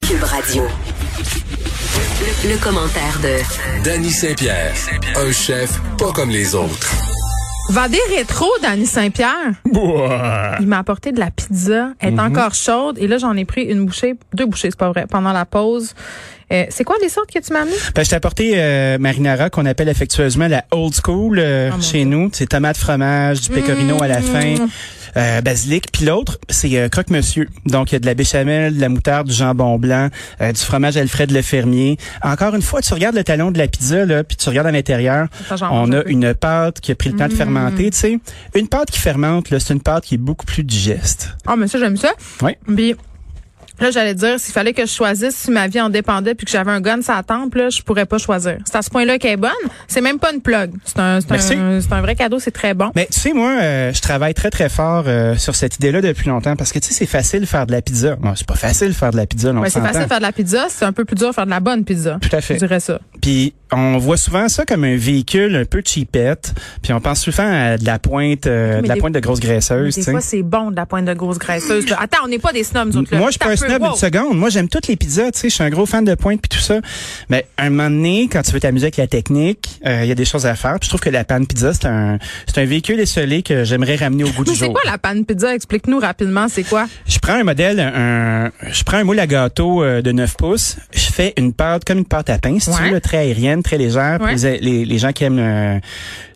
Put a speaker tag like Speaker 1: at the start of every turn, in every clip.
Speaker 1: Cube Radio. Le, le commentaire de
Speaker 2: Danny Saint-Pierre, un chef pas comme les autres.
Speaker 3: Vendée rétro, Danny Saint-Pierre. Il m'a apporté de la pizza.
Speaker 4: Mhm.
Speaker 3: Elle est encore chaude. Et là, j'en ai pris une bouchée, deux bouchées, c'est pas vrai, pendant la pause. Euh, c'est quoi les sortes que tu m'as mis?
Speaker 4: Ben, je t'ai apporté euh, marinara qu'on appelle affectueusement la old school euh,
Speaker 3: Ah, mon Mm.
Speaker 4: chez nous. C'est tomate fromage, du pecorino à la fin, euh, basilic. Puis l'autre, c'est euh, croque-monsieur. Donc, il y a de la béchamel, de la moutarde, du jambon blanc, euh, du fromage Alfred Le Fermier. Encore une fois, tu regardes le talon de la pizza, là, puis tu regardes à l'intérieur.
Speaker 3: Attends, j'en mange
Speaker 4: On
Speaker 3: un
Speaker 4: a
Speaker 3: peu. Mm.
Speaker 4: une pâte qui a pris le temps de fermenter. Tu sais, une pâte qui fermente, là, c'est une pâte qui est beaucoup plus digeste.
Speaker 3: Ah, mais ça, j'aime ça.
Speaker 4: Oui.
Speaker 3: Puis là, j'allais dire, s'il fallait que je choisisse si ma vie en dépendait puis que j'avais un gun sur la tempe, là, je pourrais pas choisir. C'est à ce point-là qu'elle est bonne. C'est même pas une plug. C'est un, c'est
Speaker 4: Merci.
Speaker 3: un, c'est un vrai cadeau, c'est très bon.
Speaker 4: Mais tu sais, moi, euh, je travaille très, très fort euh, sur cette idée-là depuis longtemps parce que, tu sais, c'est facile de faire de la pizza. Bon, c'est pas facile de faire de la pizza, là, on
Speaker 3: Ouais, c'est
Speaker 4: s'entend.
Speaker 3: facile de faire de la pizza, c'est un peu plus dur de faire de la bonne pizza.
Speaker 4: Tout à fait.
Speaker 3: Je dirais ça.
Speaker 4: Puis on voit souvent ça comme un véhicule un peu cheapette. Puis on pense souvent à de la pointe, euh,
Speaker 3: Mais
Speaker 4: de la
Speaker 3: des-
Speaker 4: pointe de grosse graisseuse.
Speaker 3: Des
Speaker 4: tu sais.
Speaker 3: fois, c'est bon de la pointe de grosse graisseuse. là. Attends, on n'est pas des snobs, nous autres. là.
Speaker 4: Moi, je suis pas un
Speaker 3: T'as peu-
Speaker 4: snob une
Speaker 3: wow.
Speaker 4: seconde. Moi, j'aime toutes les pizzas. Tu sais, je suis un gros fan de pointe puis tout ça. Mais un moment donné, quand tu veux t'amuser avec la technique, euh, il y a des choses à faire. Puis je trouve que la panne pizza, c'est un, c'est un véhicule esselé que j'aimerais ramener au goût
Speaker 3: Mais
Speaker 4: du
Speaker 3: c'est
Speaker 4: jour.
Speaker 3: quoi la panne pizza? Explique-nous rapidement, c'est quoi?
Speaker 4: Je prends un modèle, un, je prends un moule à gâteau euh, de 9 pouces, je fais une pâte comme une pâte à pain, si tu
Speaker 3: Ouais.
Speaker 4: veux, là, très aérienne, très légère.
Speaker 3: Ouais.
Speaker 4: Puis Les, les- les gens qui aiment euh,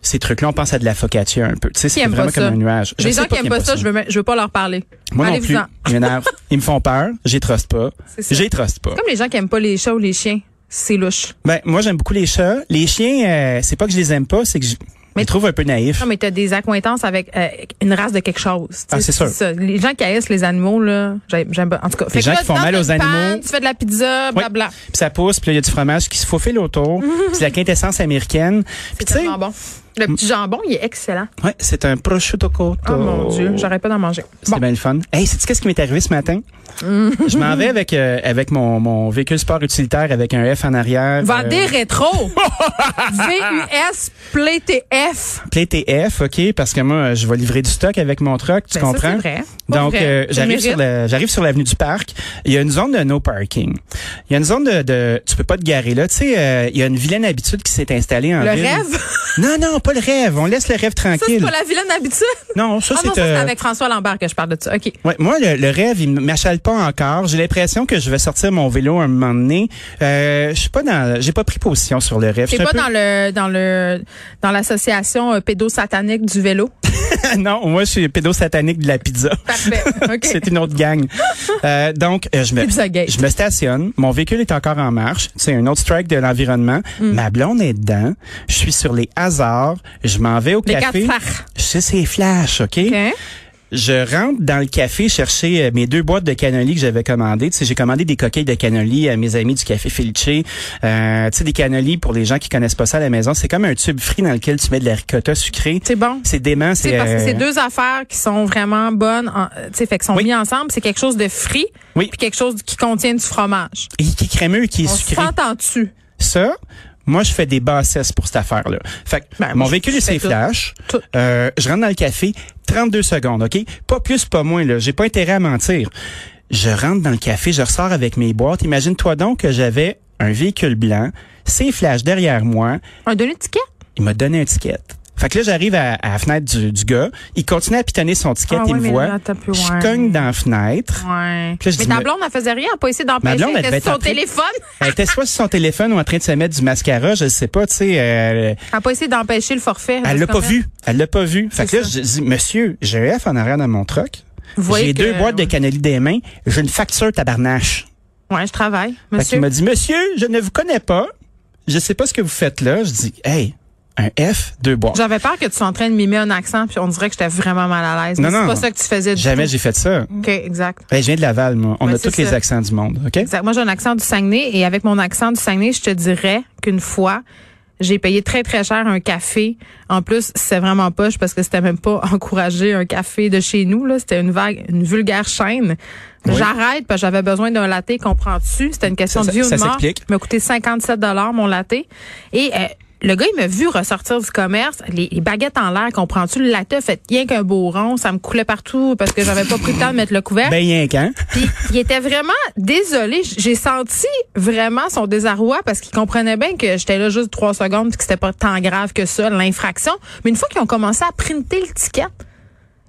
Speaker 4: ces trucs-là, on pense à de la focaccia un peu. Tu sais, c'est
Speaker 3: aiment
Speaker 4: vraiment
Speaker 3: pas
Speaker 4: comme
Speaker 3: ça?
Speaker 4: un nuage. Je
Speaker 3: les
Speaker 4: sais
Speaker 3: gens qui aiment pas ça, je veux, me- je veux pas leur parler.
Speaker 4: Moi non plus,
Speaker 3: Allez-vous-en.
Speaker 4: ils m'énervent. Ils me font peur, j'y truste pas.
Speaker 3: C'est ça.
Speaker 4: J'y truste pas.
Speaker 3: Comme les gens qui aiment pas les chats ou les chiens, c'est louche.
Speaker 4: Ben, moi, j'aime beaucoup les chats. Les chiens, euh, c'est pas que je les aime pas, c'est que je je
Speaker 3: Mais-
Speaker 4: les trouve un peu naïfs.
Speaker 3: Non, mais t'as des accointances avec euh, une race de quelque chose. tu sais,
Speaker 4: Ah, c'est sûr.
Speaker 3: ça. Les gens qui haïssent les animaux, là, j'aime j'aime pas. En tout cas, fait que
Speaker 4: gens
Speaker 3: là,
Speaker 4: qui font
Speaker 3: dans
Speaker 4: mal
Speaker 3: une
Speaker 4: aux
Speaker 3: panne,
Speaker 4: animaux.
Speaker 3: Tu fais de la pizza,
Speaker 4: Oui.
Speaker 3: blabla.
Speaker 4: Puis ça pousse, puis là, il y a du fromage qui se faufile autour. Puis c'est la quintessence américaine. Puis tu sais,
Speaker 3: Tellement bon. Le petit jambon, il est excellent.
Speaker 4: ouais, c'est un prosciutto cotto.
Speaker 3: Oh, mon Dieu, j'arrête pas d'en manger.
Speaker 4: C'est
Speaker 3: Bon, Mm.
Speaker 4: bien le fun. Hey, sais-tu qu'est-ce qui m'est arrivé ce matin? Je m'en vais avec, euh, avec mon, mon véhicule sport utilitaire avec un F en arrière.
Speaker 3: Vendée
Speaker 4: euh,
Speaker 3: rétro. VUS Play TF.
Speaker 4: plein TF, OK? Parce que moi, euh, je vais livrer du stock avec mon truck, tu
Speaker 3: Ben, ça,
Speaker 4: comprends?
Speaker 3: c'est vrai. Pas
Speaker 4: Donc,
Speaker 3: vrai.
Speaker 4: euh,
Speaker 3: Tu
Speaker 4: j'arrive
Speaker 3: mérites.
Speaker 4: sur la- j'arrive sur l'avenue du parc. Il y a une zone de no parking. Il y a une zone de, de tu peux pas te garer là. Tu sais, euh, il y a une vilaine habitude qui s'est installée en
Speaker 3: Le
Speaker 4: ville.
Speaker 3: rêve?
Speaker 4: Non, non, pas le rêve. On laisse le rêve
Speaker 3: Ça, c'est
Speaker 4: tranquille.
Speaker 3: pas la vilaine habitude.
Speaker 4: Non, ça
Speaker 3: Ah non, ça, c'est
Speaker 4: c'est. euh,
Speaker 3: avec François Lambert que je parle de ça. OK.
Speaker 4: Ouais, moi, le, le rêve, il m'achale pas encore. J'ai l'impression que je vais sortir mon vélo un moment donné. Euh, je suis pas dans, j'ai pas pris position sur le rêve.
Speaker 3: T'es
Speaker 4: Je suis un
Speaker 3: pas
Speaker 4: peu-
Speaker 3: dans le dans le dans l'association euh, pédosatanique du vélo.
Speaker 4: non, moi, je suis pédo satanique de la pizza.
Speaker 3: Parfait. OK.
Speaker 4: C'est une autre gang. Euh, donc, euh, je me,
Speaker 3: Pizza Gate.
Speaker 4: je me stationne. Mon véhicule est encore en marche. C'est un autre strike de l'environnement.
Speaker 3: Hmm.
Speaker 4: Ma blonde est dedans. Je suis sur les hasards. Je m'en vais au
Speaker 3: Les quatre
Speaker 4: café.
Speaker 3: frères.
Speaker 4: Je sais, c'est flash, OK?
Speaker 3: OK.
Speaker 4: Je rentre dans le café chercher euh, mes deux boîtes de cannoli que j'avais commandées. Tu sais, j'ai commandé des coquilles de cannoli à mes amis du café Filce. Euh, tu sais, des cannoli pour les gens qui connaissent pas ça à la maison, c'est comme un tube frit dans lequel tu mets de la ricotta sucrée.
Speaker 3: C'est bon.
Speaker 4: C'est dément,
Speaker 3: Tu
Speaker 4: c'est
Speaker 3: sais, parce que
Speaker 4: euh,
Speaker 3: c'est deux affaires qui sont vraiment bonnes, en- tu sais, fait qui sont
Speaker 4: Oui.
Speaker 3: mis ensemble, c'est quelque chose de frit,
Speaker 4: Oui.
Speaker 3: puis quelque chose qui contient du fromage.
Speaker 4: et qui est crémeux et qui est
Speaker 3: On
Speaker 4: sucré.
Speaker 3: s'entend dessus.
Speaker 4: Ça, moi, je fais des bassesses pour cette affaire-là. Fait que
Speaker 3: Ben,
Speaker 4: mon
Speaker 3: moi, je-
Speaker 4: véhicule
Speaker 3: je
Speaker 4: est
Speaker 3: fais
Speaker 4: safe
Speaker 3: tout.
Speaker 4: flash.
Speaker 3: Tout.
Speaker 4: Euh, je rentre dans le café, 32 secondes, OK? Pas plus, pas moins, là. J'ai pas intérêt à mentir. Je rentre dans le café, je ressors avec mes boîtes. Imagine-toi donc que j'avais un véhicule blanc, safe flash derrière moi.
Speaker 3: Un donné ticket.
Speaker 4: Il m'a donné un ticket. Fait que là, j'arrive à, à la fenêtre du, du gars. Il continue à pitonner son ticket,
Speaker 3: Ah
Speaker 4: il
Speaker 3: ouais,
Speaker 4: me
Speaker 3: mais
Speaker 4: voit.
Speaker 3: là, t'as plus, ouais.
Speaker 4: je cogne dans la fenêtre.
Speaker 3: Ouais.
Speaker 4: Puis là, je
Speaker 3: mais
Speaker 4: dis,
Speaker 3: ta
Speaker 4: mais-
Speaker 3: blonde, elle faisait rien, elle a pas essayé d'empêcher
Speaker 4: blonde, elle
Speaker 3: elle
Speaker 4: devait
Speaker 3: était sur son
Speaker 4: être en train-
Speaker 3: téléphone.
Speaker 4: Elle était soit sur son téléphone ou en train de se mettre du mascara, je sais pas, tu sais. euh,
Speaker 3: Elle a pas essayé d'empêcher le forfait.
Speaker 4: Elle l'a
Speaker 3: Parce
Speaker 4: pas
Speaker 3: qu'en
Speaker 4: vu. Elle l'a pas vu. Fait
Speaker 3: C'est
Speaker 4: que là, je
Speaker 3: ça.
Speaker 4: dis, monsieur, j'ai un F en arrière dans mon truck.
Speaker 3: Vous voyez
Speaker 4: J'ai
Speaker 3: que-
Speaker 4: deux boîtes
Speaker 3: ouais.
Speaker 4: de cannoli des mains. J'ai une facture tabarnache.
Speaker 3: fait- Ouais, je travaille.
Speaker 4: Fait qu'il
Speaker 3: Monsieur,
Speaker 4: m'a dit, monsieur, je ne vous connais pas. Je sais pas ce que vous faites là. Je dis, hey, un F, deux boîtes.
Speaker 3: j'avais peur que tu sois en train de mimer un accent, puis on dirait que j'étais vraiment mal à l'aise.
Speaker 4: Non,
Speaker 3: Mais C'est
Speaker 4: non.
Speaker 3: pas ça que tu faisais du
Speaker 4: Jamais
Speaker 3: tout.
Speaker 4: j'ai fait ça.
Speaker 3: OK, exact.
Speaker 4: Hey, je viens de Laval, moi. On
Speaker 3: Mm. Ouais,
Speaker 4: a
Speaker 3: c'est
Speaker 4: tous les
Speaker 3: ça.
Speaker 4: accents du monde, OK?
Speaker 3: Exact. Moi, j'ai un accent du Saguenay et avec mon accent du Saguenay, je te dirais qu'une fois, j'ai payé très, très cher un café. En plus, c'est vraiment poche parce que c'était même pas encouragé un café de chez nous. là. C'était une vague, une vulgaire chaîne.
Speaker 4: Oui.
Speaker 3: J'arrête parce que j'avais besoin d'un latte, comprends-tu? C'était une question
Speaker 4: Ça-
Speaker 3: de vie ou
Speaker 4: ça-
Speaker 3: de
Speaker 4: ça
Speaker 3: mort.
Speaker 4: s'explique.
Speaker 3: Il m'a coûté 57 mon latte. Et euh, Le gars, il m'a vu ressortir du commerce, les, les baguettes en l'air, comprends-tu? Le latte fait rien qu'un beau rond, ça me coulait partout parce que j'avais pas pris le temps de mettre le couvercle.
Speaker 4: Ben, rien qu'un.
Speaker 3: Puis il était vraiment désolé. J- J'ai senti vraiment son désarroi parce qu'il comprenait bien que j'étais là juste trois secondes puis que c'était pas tant grave que ça, l'infraction. Mais une fois qu'ils ont commencé à printer le ticket,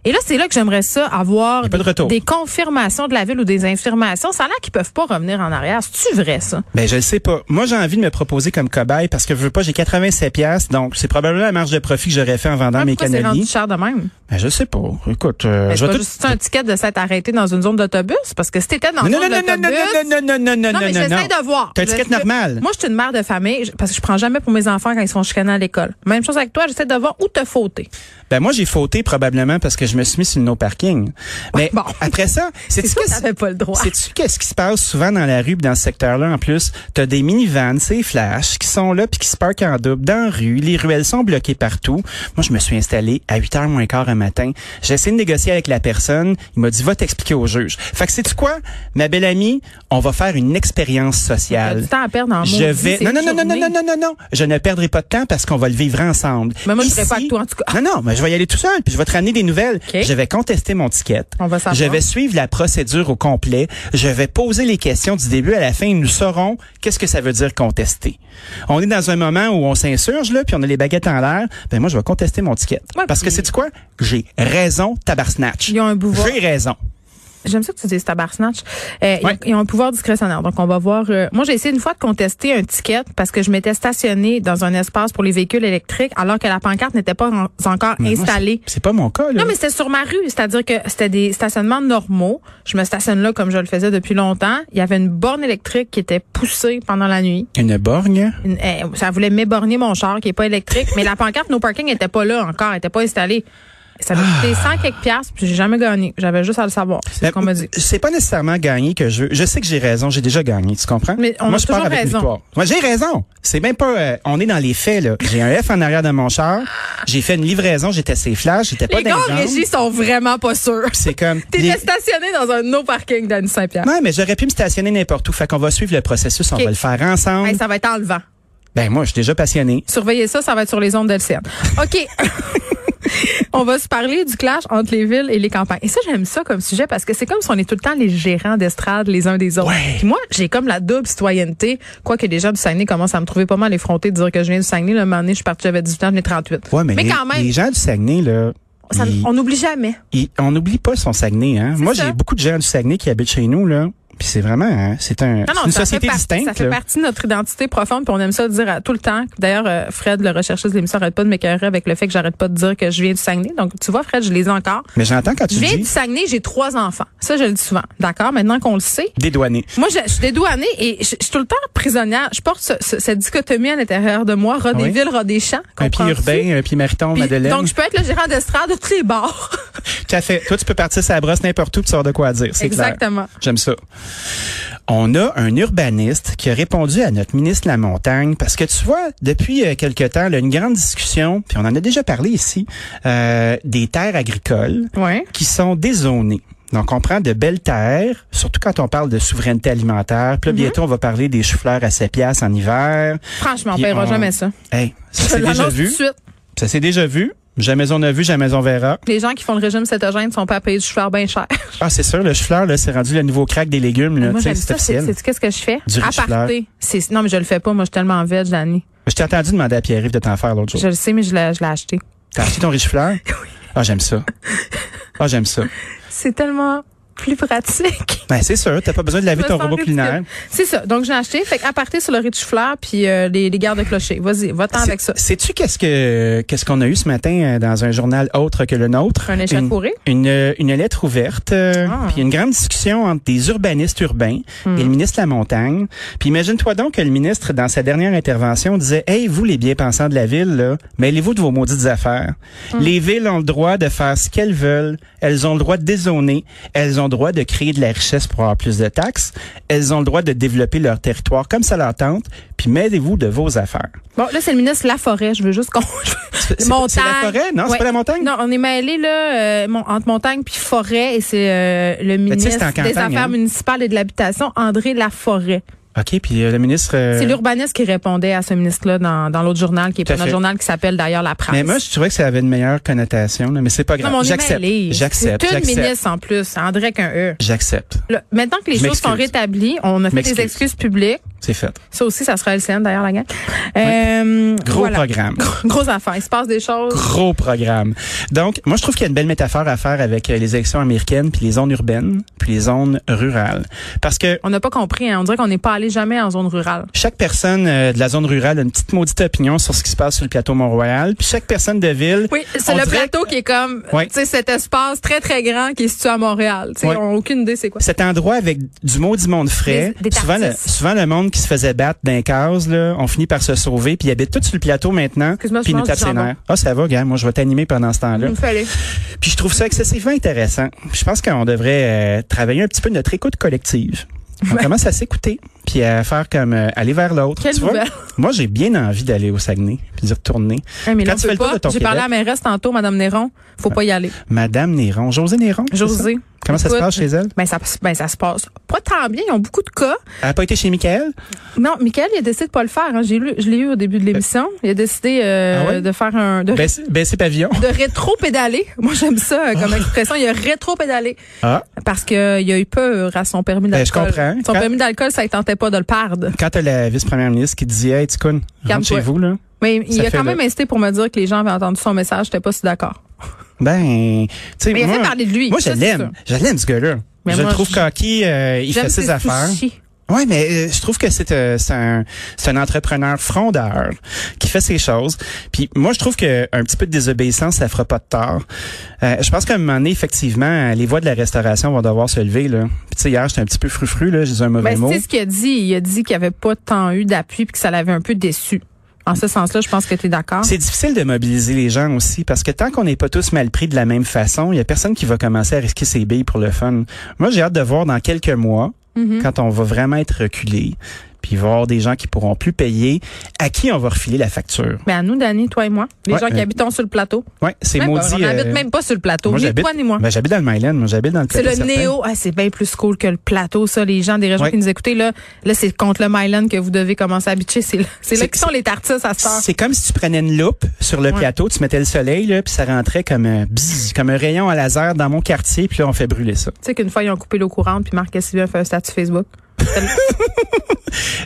Speaker 3: et là, c'est là que j'aimerais ça
Speaker 4: Y
Speaker 3: avoir
Speaker 4: a pas de
Speaker 3: des,
Speaker 4: retour.
Speaker 3: des confirmations de la ville ou des infirmations. Ça a l'air qu'ils peuvent pas revenir en arrière. C'est-tu vrai, ça?
Speaker 4: Ben, je le sais pas. Moi, j'ai envie de me proposer comme cobaye parce que je veux pas, j'ai 87 pièces, donc c'est probablement la marge de profit que j'aurais fait en vendant
Speaker 3: Ah,
Speaker 4: mes
Speaker 3: pourquoi c'est rendu
Speaker 4: cannellis.
Speaker 3: cher de même?
Speaker 4: Ben, je sais pas. Écoute, euh,
Speaker 3: Ben,
Speaker 4: je
Speaker 3: C'est
Speaker 4: vais
Speaker 3: pas
Speaker 4: tout...
Speaker 3: juste un ticket de s'être arrêté dans une zone d'autobus? Parce que si t'étais dans
Speaker 4: Non,
Speaker 3: une
Speaker 4: non,
Speaker 3: zone
Speaker 4: non, non, non,
Speaker 3: d'autobus...
Speaker 4: non, non, non, non, non, non,
Speaker 3: Non, mais
Speaker 4: non,
Speaker 3: j'essaie
Speaker 4: non.
Speaker 3: de voir.
Speaker 4: T'as une
Speaker 3: Je-
Speaker 4: étiquette
Speaker 3: je-
Speaker 4: normale.
Speaker 3: Moi, je suis une mère de famille je- parce que je prends jamais pour mes enfants quand ils sont chicanés à l'école. Même chose avec toi, j'essaie de voir où te fauter.
Speaker 4: Ben, moi, j'ai fauté probablement parce que je me suis mis sur le no parking. Mais
Speaker 3: bon.
Speaker 4: après ça, c'est
Speaker 3: C'est sûr que t'avais pas le droit.
Speaker 4: Sais-tu qu'est-ce qui se passe souvent dans la rue pis dans ce secteur-là en plus? T'as des minivans, c'est flash, qui sont là puis qui se parkent en double dans la rue. Les ruelles sont bloquées partout. Moi, je me suis installé à 8h moins quart un matin. J'ai essayé de négocier avec la personne. Il m'a dit, va t'expliquer au juge. Fait que sais-tu quoi? Ma belle amie, on va faire une expérience
Speaker 3: T'as
Speaker 4: sociale.
Speaker 3: du temps à perdre en
Speaker 4: Je
Speaker 3: maudit,
Speaker 4: vais.
Speaker 3: c'est
Speaker 4: Non, non,
Speaker 3: une
Speaker 4: non, non, non,
Speaker 3: journée.
Speaker 4: non, non, non, non. Je ne perdrai pas de temps parce qu'on va le vivre ensemble.
Speaker 3: Mais moi, je
Speaker 4: Ici-
Speaker 3: serai pas avec toi, en tout cas.
Speaker 4: Non, non, mais je vais y aller tout seul, puis je vais te ramener des nouvelles.
Speaker 3: OK.
Speaker 4: Je vais contester mon ticket.
Speaker 3: On va savoir.
Speaker 4: Je vais suivre la procédure au complet. Je vais poser les questions du début à la fin. et Nous saurons qu'est-ce que ça veut dire contester. On est dans un moment où on s'insurge, là, puis on a les baguettes en l'air. Ben, moi, je vais contester mon ticket.
Speaker 3: Ouais,
Speaker 4: parce que
Speaker 3: puis-
Speaker 4: c'est quoi? J'ai raison, tabarsnatch.
Speaker 3: Ils ont un pouvoir.
Speaker 4: J'ai raison.
Speaker 3: J'aime ça que tu dises tabarsnatch. Euh, ils-
Speaker 4: Ouais.
Speaker 3: Ils ont un pouvoir discrétionnaire. Donc, on va voir. euh, moi, j'ai essayé une fois de contester un ticket parce que je m'étais stationnée dans un espace pour les véhicules électriques alors que la pancarte n'était pas en- encore
Speaker 4: Mais moi,
Speaker 3: installée.
Speaker 4: C'est c'est pas mon cas, là.
Speaker 3: Non, mais c'était sur ma rue. C'est-à-dire que c'était des stationnements normaux. Je me stationne là comme je le faisais depuis longtemps. Il y avait une borne électrique qui était poussée pendant la nuit.
Speaker 4: Une borgne.
Speaker 3: Une- eh, ça voulait m'éborgner mon char qui est pas électrique. mais la pancarte No Parking était pas là encore. Elle était pas installée. Ça m'a coûté 100 quelques piastres, puis j'ai jamais gagné. J'avais juste à le savoir. C'est ce
Speaker 4: Ah. Ben,
Speaker 3: qu'on m'a dit.
Speaker 4: C'est pas nécessairement gagner que je veux. Je sais que j'ai raison, j'ai déjà gagné, tu comprends?
Speaker 3: Mais on
Speaker 4: Moi,
Speaker 3: a
Speaker 4: je pars
Speaker 3: toujours
Speaker 4: avec une
Speaker 3: raison.
Speaker 4: victoire. Moi, j'ai raison. C'est même pas. euh, on est dans les faits, là. J'ai un F en arrière de mon char. J'ai fait une livraison, j'étais ses flash, j'étais pas
Speaker 3: Les gars
Speaker 4: dans
Speaker 3: en
Speaker 4: les jambes.
Speaker 3: régie sont vraiment pas sûrs.
Speaker 4: C'est comme. les-
Speaker 3: T'étais stationné dans un No Parking d'Anne Saint-Pierre.
Speaker 4: Ouais, mais j'aurais pu me stationner n'importe où. Fait qu'on va suivre le processus,
Speaker 3: Ok.
Speaker 4: on va le faire ensemble.
Speaker 3: Hey, ça va être enlevant.
Speaker 4: Ben, moi, je suis déjà passionné.
Speaker 3: Surveillez ça, ça va être sur les ondes d'LCN. OK. on va se parler du clash entre les villes et les campagnes. Et ça, j'aime ça comme sujet parce que c'est comme si on est tout le temps les gérants d'estrade les uns des autres.
Speaker 4: Ouais.
Speaker 3: Puis moi, j'ai comme la double citoyenneté. Quoique les gens du Saguenay commencent à me trouver pas mal effrontés de dire que je viens du Saguenay. Le moment donné, je suis partie, j'avais 18 ans, j'en ai 38.
Speaker 4: Ouais, mais, les,
Speaker 3: quand même,
Speaker 4: les gens du Saguenay, là.
Speaker 3: ça-
Speaker 4: ils-
Speaker 3: on n'oublie jamais.
Speaker 4: Et on n'oublie pas son Saguenay, hein. Moi,
Speaker 3: ça.
Speaker 4: j'ai beaucoup de gens du Saguenay qui habitent chez nous, là. Puis c'est vraiment, hein, c'est un,
Speaker 3: Non, non,
Speaker 4: c'est une
Speaker 3: ça
Speaker 4: société
Speaker 3: fait par-
Speaker 4: distincte.
Speaker 3: Ça fait
Speaker 4: là.
Speaker 3: partie de notre identité profonde, puis on aime ça dire à tout le temps. D'ailleurs, euh, Fred, le recherchiste de l'émission, arrête pas de m'écœurer avec le fait que j'arrête pas de dire que je viens du Saguenay. Donc, tu vois, Fred, je les ai encore.
Speaker 4: Mais j'entends quand tu
Speaker 3: Je viens du
Speaker 4: dis
Speaker 3: Saguenay, j'ai trois enfants. Ça, je le dis souvent. D'accord? Maintenant qu'on le sait.
Speaker 4: dédouaner.
Speaker 3: Moi, je, je suis dédouanée et je, je suis tout le temps prisonnière. Je porte ce- ce- cette dichotomie à l'intérieur de moi. Ras des
Speaker 4: Ah Oui.
Speaker 3: villes, ras des champs.
Speaker 4: Un pied
Speaker 3: comprends-tu?
Speaker 4: urbain, un pied mariton,
Speaker 3: Puis-
Speaker 4: Madeleine.
Speaker 3: donc, je peux être le gérant d'estrade de tous les bars.
Speaker 4: Tout à fait. Toi, tu peux partir sa brosse n'importe où, puis tu savoir de quoi dire. C'est clair.
Speaker 3: Exactement.
Speaker 4: J'aime ça. On a un urbaniste qui a répondu à notre ministre de la Montagne parce que tu vois, depuis euh, quelque temps, il y a une grande discussion, puis on en a déjà parlé ici, euh, des terres agricoles
Speaker 3: Ouais.
Speaker 4: qui sont dézonées. Donc, on prend de belles terres, surtout quand on parle de souveraineté alimentaire.
Speaker 3: Mm-hmm.
Speaker 4: Puis là, bientôt, on va parler des chou-fleurs à 7 piastres en hiver.
Speaker 3: Franchement, on
Speaker 4: Puis
Speaker 3: paiera
Speaker 4: on-
Speaker 3: jamais ça.
Speaker 4: Hey, ça
Speaker 3: Je
Speaker 4: s'est
Speaker 3: l'annonce
Speaker 4: déjà
Speaker 3: tout de
Speaker 4: vu.
Speaker 3: suite.
Speaker 4: Ça s'est déjà vu. Jamais on a vu, jamais on verra.
Speaker 3: Les gens qui font le régime cétogène sont pas à payer du chauffeur bien cher.
Speaker 4: Ah, c'est sûr, le chou-fleur, là, c'est rendu le nouveau crack des légumes, là.
Speaker 3: Moi,
Speaker 4: tu sais,
Speaker 3: j'aime
Speaker 4: c'est
Speaker 3: ça. C'est
Speaker 4: officiel.
Speaker 3: c'est- qu'est-ce que je fais?
Speaker 4: Du riche
Speaker 3: Aparté. C'est- Non, mais je le fais pas. Moi, je suis tellement veg, Dani.
Speaker 4: Je t'ai entendu demander à Pierre-Yves de t'en faire l'autre jour.
Speaker 3: Je le sais, mais je l'ai je l'ai acheté.
Speaker 4: T'as acheté ton riche fleur? Ah, j'aime ça. Ah, j'aime ça.
Speaker 3: C'est tellement plus pratique.
Speaker 4: Ben, c'est sûr, t'as pas besoin de laver
Speaker 3: Ça
Speaker 4: ton
Speaker 3: me
Speaker 4: robot
Speaker 3: semble
Speaker 4: culinaire.
Speaker 3: ridicule. C'est ça. Donc, j'ai acheté. Fait aparté sur le riz de chou-fleur puis euh, les, les gardes de clocher. Vas-y, va-t'en avec ça.
Speaker 4: C'est- Sais-tu qu'est-ce que qu'est-ce qu'on a eu ce matin euh, dans un journal autre que le nôtre?
Speaker 3: Un échec
Speaker 4: Une-
Speaker 3: pourri.
Speaker 4: Une, euh, une lettre ouverte, euh,
Speaker 3: Ah. Hmm.
Speaker 4: puis une grande discussion entre des urbanistes urbains et le ministre de la Montagne. Puis imagine-toi donc que le ministre, dans sa dernière intervention, disait « Hey, vous, les bien-pensants de la ville, là, mêlez-vous de vos maudites affaires.
Speaker 3: Hmm.
Speaker 4: Les villes ont le droit de faire ce qu'elles veulent. Elles ont le droit de dézoner. Elles ont le droit de créer de la richesse pour avoir plus de taxes. Elles ont le droit de développer leur territoire comme ça leur tente. Puis mêlez-vous de vos affaires.
Speaker 3: Bon, là, c'est le ministre La Forêt. Je veux juste qu'on.
Speaker 4: c'est- c'est la forêt, non? C'est pas la montagne?
Speaker 3: Non, on est mêlé là euh, mon- entre montagne puis forêt et c'est euh, le
Speaker 4: tu sais,
Speaker 3: ministre
Speaker 4: c'est en
Speaker 3: des
Speaker 4: campagne,
Speaker 3: Affaires
Speaker 4: hein?
Speaker 3: municipales et de l'habitation, André La Forêt.
Speaker 4: OK, puis euh, le ministre... euh,
Speaker 3: C'est l'urbaniste qui répondait à ce ministre-là dans, dans l'autre journal, qui est
Speaker 4: Tout à
Speaker 3: pas notre
Speaker 4: fait.
Speaker 3: journal, qui s'appelle d'ailleurs La Presse.
Speaker 4: mais moi, je trouvais que ça avait une meilleure connotation, là, mais c'est pas grave.
Speaker 3: Non, mais on est
Speaker 4: J'accepte.
Speaker 3: mêlés.
Speaker 4: J'accepte.
Speaker 3: C'est une
Speaker 4: J'accepte.
Speaker 3: ministre en plus, André qu'un E.
Speaker 4: J'accepte.
Speaker 3: Le- maintenant que les
Speaker 4: Je
Speaker 3: choses sont
Speaker 4: m'excuse.
Speaker 3: rétablies, on a fait
Speaker 4: M'excuse.
Speaker 3: des excuses publiques.
Speaker 4: C'est fait.
Speaker 3: Ça aussi, ça sera LCN d'ailleurs, la gang. Euh,
Speaker 4: Gros
Speaker 3: voilà.
Speaker 4: programme.
Speaker 3: Grosse affaire. Il se passe des choses.
Speaker 4: Gros programme. Donc, moi, je trouve qu'il y a une belle métaphore à faire avec euh, les élections américaines, puis les zones urbaines, puis les zones rurales. Parce que
Speaker 3: On n'a pas compris. hein. On dirait qu'on n'est pas allé jamais en zone rurale.
Speaker 4: chaque personne euh, de la zone rurale a une petite maudite opinion sur ce qui se passe sur le plateau Mont-Royal, puis chaque personne de ville...
Speaker 3: Oui, c'est
Speaker 4: on
Speaker 3: le
Speaker 4: dirait
Speaker 3: plateau qui est comme,
Speaker 4: Oui.
Speaker 3: tu sais, cet espace très très grand qui est situé à Montréal. Tu sais,
Speaker 4: Oui.
Speaker 3: on n'a aucune idée c'est quoi.
Speaker 4: cet endroit avec du mot du monde frais,
Speaker 3: Des- des
Speaker 4: souvent, le,
Speaker 3: artistes.
Speaker 4: souvent le monde qui se faisait battre d'un case, là, on finit par se sauver, puis ils habitent tout sur le plateau maintenant, puis
Speaker 3: Excuse-moi, je
Speaker 4: ils nous
Speaker 3: mange du
Speaker 4: tapent ses
Speaker 3: jambon. Mm.
Speaker 4: nerfs. Ah, ça va, gars, moi je vais t'animer pendant ce temps-là.
Speaker 3: Il me fallait.
Speaker 4: Puis je trouve ça excessivement intéressant. Je pense qu'on devrait euh, travailler un petit peu notre écoute collective. On commence à s'écouter, puis à faire comme euh, aller vers l'autre.
Speaker 3: Quelle
Speaker 4: Tu vois,
Speaker 3: nouvelle.
Speaker 4: moi j'ai bien envie d'aller au Saguenay, puis d'y retourner.
Speaker 3: Hey, mais
Speaker 4: Quand
Speaker 3: là,
Speaker 4: tu
Speaker 3: on
Speaker 4: fais
Speaker 3: peut
Speaker 4: le tour de
Speaker 3: pas.
Speaker 4: ton
Speaker 3: J'ai parlé à
Speaker 4: Québec.
Speaker 3: la mairesse tantôt, Madame Néron. Faut pas y aller.
Speaker 4: Madame Néron, José Néron. c'est ça?
Speaker 3: José.
Speaker 4: Comment ça se
Speaker 3: Écoute,
Speaker 4: passe chez elle?
Speaker 3: Ben ça, ben, ça se passe pas tant bien. Ils ont beaucoup de cas.
Speaker 4: Elle n'a pas été chez Michael?
Speaker 3: Non, Michael, il a décidé de pas le faire. hein. J'ai lu, je l'ai eu au début de l'émission. Il a décidé euh,
Speaker 4: Ah ouais?
Speaker 3: de faire un de,
Speaker 4: Baissez, baissez pavillon.
Speaker 3: de rétro-pédaler. Moi, j'aime ça euh, comme expression. Il a rétro-pédalé
Speaker 4: Ah,
Speaker 3: parce que euh, il a eu peur à son permis
Speaker 4: Ben,
Speaker 3: d'alcool.
Speaker 4: je comprends.
Speaker 3: Son
Speaker 4: Quand-
Speaker 3: permis d'alcool, ça ne tentait pas de le perdre.
Speaker 4: quand t'as la vice-première ministre qui dit, hey, Ticoun, rentre
Speaker 3: Calme-toi.
Speaker 4: chez vous, là.
Speaker 3: Mais il
Speaker 4: Ça
Speaker 3: a
Speaker 4: fait
Speaker 3: quand
Speaker 4: le-
Speaker 3: même insisté pour me dire que les gens avaient entendu son message. J'étais pas si d'accord.
Speaker 4: Ben, tu sais,
Speaker 3: Mais il a
Speaker 4: moi,
Speaker 3: fait parler de lui.
Speaker 4: moi, je
Speaker 3: Ça, c'est
Speaker 4: l'aime. Je l'aime, ce gars-là.
Speaker 3: Mais
Speaker 4: je
Speaker 3: moi,
Speaker 4: le trouve
Speaker 3: je-
Speaker 4: coquille, euh, il
Speaker 3: J'aime
Speaker 4: fait ses affaires.
Speaker 3: soucis.
Speaker 4: Oui, mais euh, je trouve que c'est euh, c'est un, c'est un entrepreneur frondeur qui fait ses choses. Puis moi, je trouve que un petit peu de désobéissance, ça fera pas de tort. Euh, je pense qu'à un moment donné, effectivement, euh, les voies de la restauration vont devoir se lever. Là. Puis tu sais, hier, j'étais un petit peu frufru, là, j'ai dit un mauvais
Speaker 3: Ben,
Speaker 4: mot.
Speaker 3: c'est ce qu'il a dit. Il a dit qu'il avait pas tant eu d'appui puis que ça l'avait un peu déçu. En ce sens-là, je pense que tu es d'accord.
Speaker 4: C'est difficile de mobiliser les gens aussi parce que tant qu'on n'est pas tous mal pris de la même façon, il y a personne qui va commencer à risquer ses billes pour le fun. Moi, j'ai hâte de voir dans quelques mois
Speaker 3: Mhm.
Speaker 4: quand on va vraiment être reculé, puis il va y avoir des gens qui pourront plus payer, à qui on va refiler la facture.
Speaker 3: Mais à nous, Dani, toi et moi, les
Speaker 4: Ouais,
Speaker 3: gens qui
Speaker 4: euh,
Speaker 3: habitons sur le plateau.
Speaker 4: Ouais, c'est
Speaker 3: Même pas,
Speaker 4: maudit.
Speaker 3: on n'habite
Speaker 4: euh,
Speaker 3: même pas sur le plateau.
Speaker 4: moi,
Speaker 3: ni
Speaker 4: j'habite-
Speaker 3: toi ni moi.
Speaker 4: Ben, j'habite dans le Myland, moi j'habite dans le
Speaker 3: C'est le
Speaker 4: Plateau-Certain.
Speaker 3: néo. Ah, c'est bien plus cool que le plateau, ça. Les gens des régions
Speaker 4: Ouais.
Speaker 3: qui nous écoutaient, là, là, c'est contre le Myland que vous devez commencer à bitcher. C'est là, c'est là
Speaker 4: C'est-
Speaker 3: qui sont les tartistes à star.
Speaker 4: C'est comme si tu prenais une loupe sur le
Speaker 3: Ouais.
Speaker 4: plateau, tu mettais le soleil là, puis ça rentrait comme un bzzz, comme un rayon à laser dans mon quartier, puis là on fait brûler ça.
Speaker 3: Tu sais qu'une fois, ils ont coupé l'eau courante, puis Marc Sylvain fait un statut Facebook.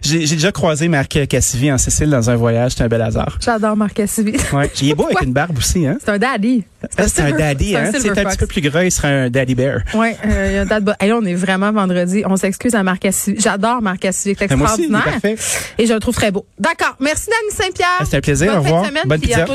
Speaker 4: J'ai j'ai déjà croisé Marc Cassivi en Sicile dans un voyage, c'était un bel hasard.
Speaker 3: J'adore Marc Sylvain.
Speaker 4: Ouais, il est beau avec une barbe aussi hein.
Speaker 3: C'est un daddy.
Speaker 4: Ah, C'est un
Speaker 3: silver-
Speaker 4: daddy
Speaker 3: c'est un
Speaker 4: hein, c'est
Speaker 3: silver
Speaker 4: un petit
Speaker 3: fox.
Speaker 4: peu plus gras, il serait un daddy bear.
Speaker 3: Ouais, euh, il y a un date. bo- Hey, là, on est vraiment vendredi. On s'excuse à Marc Cassivi. J'adore Marc Cassivi. C'est
Speaker 4: Mais moi aussi, il est
Speaker 3: extraordinaire.
Speaker 4: parfait. Ah,
Speaker 3: Et je le trouve très beau. D'accord. Merci, Dani Saint-Pierre.
Speaker 4: C'était un plaisir,
Speaker 3: Bonne
Speaker 4: au
Speaker 3: fin de
Speaker 4: revoir.
Speaker 3: semaine,
Speaker 4: Bonne
Speaker 3: puis à
Speaker 4: pizza.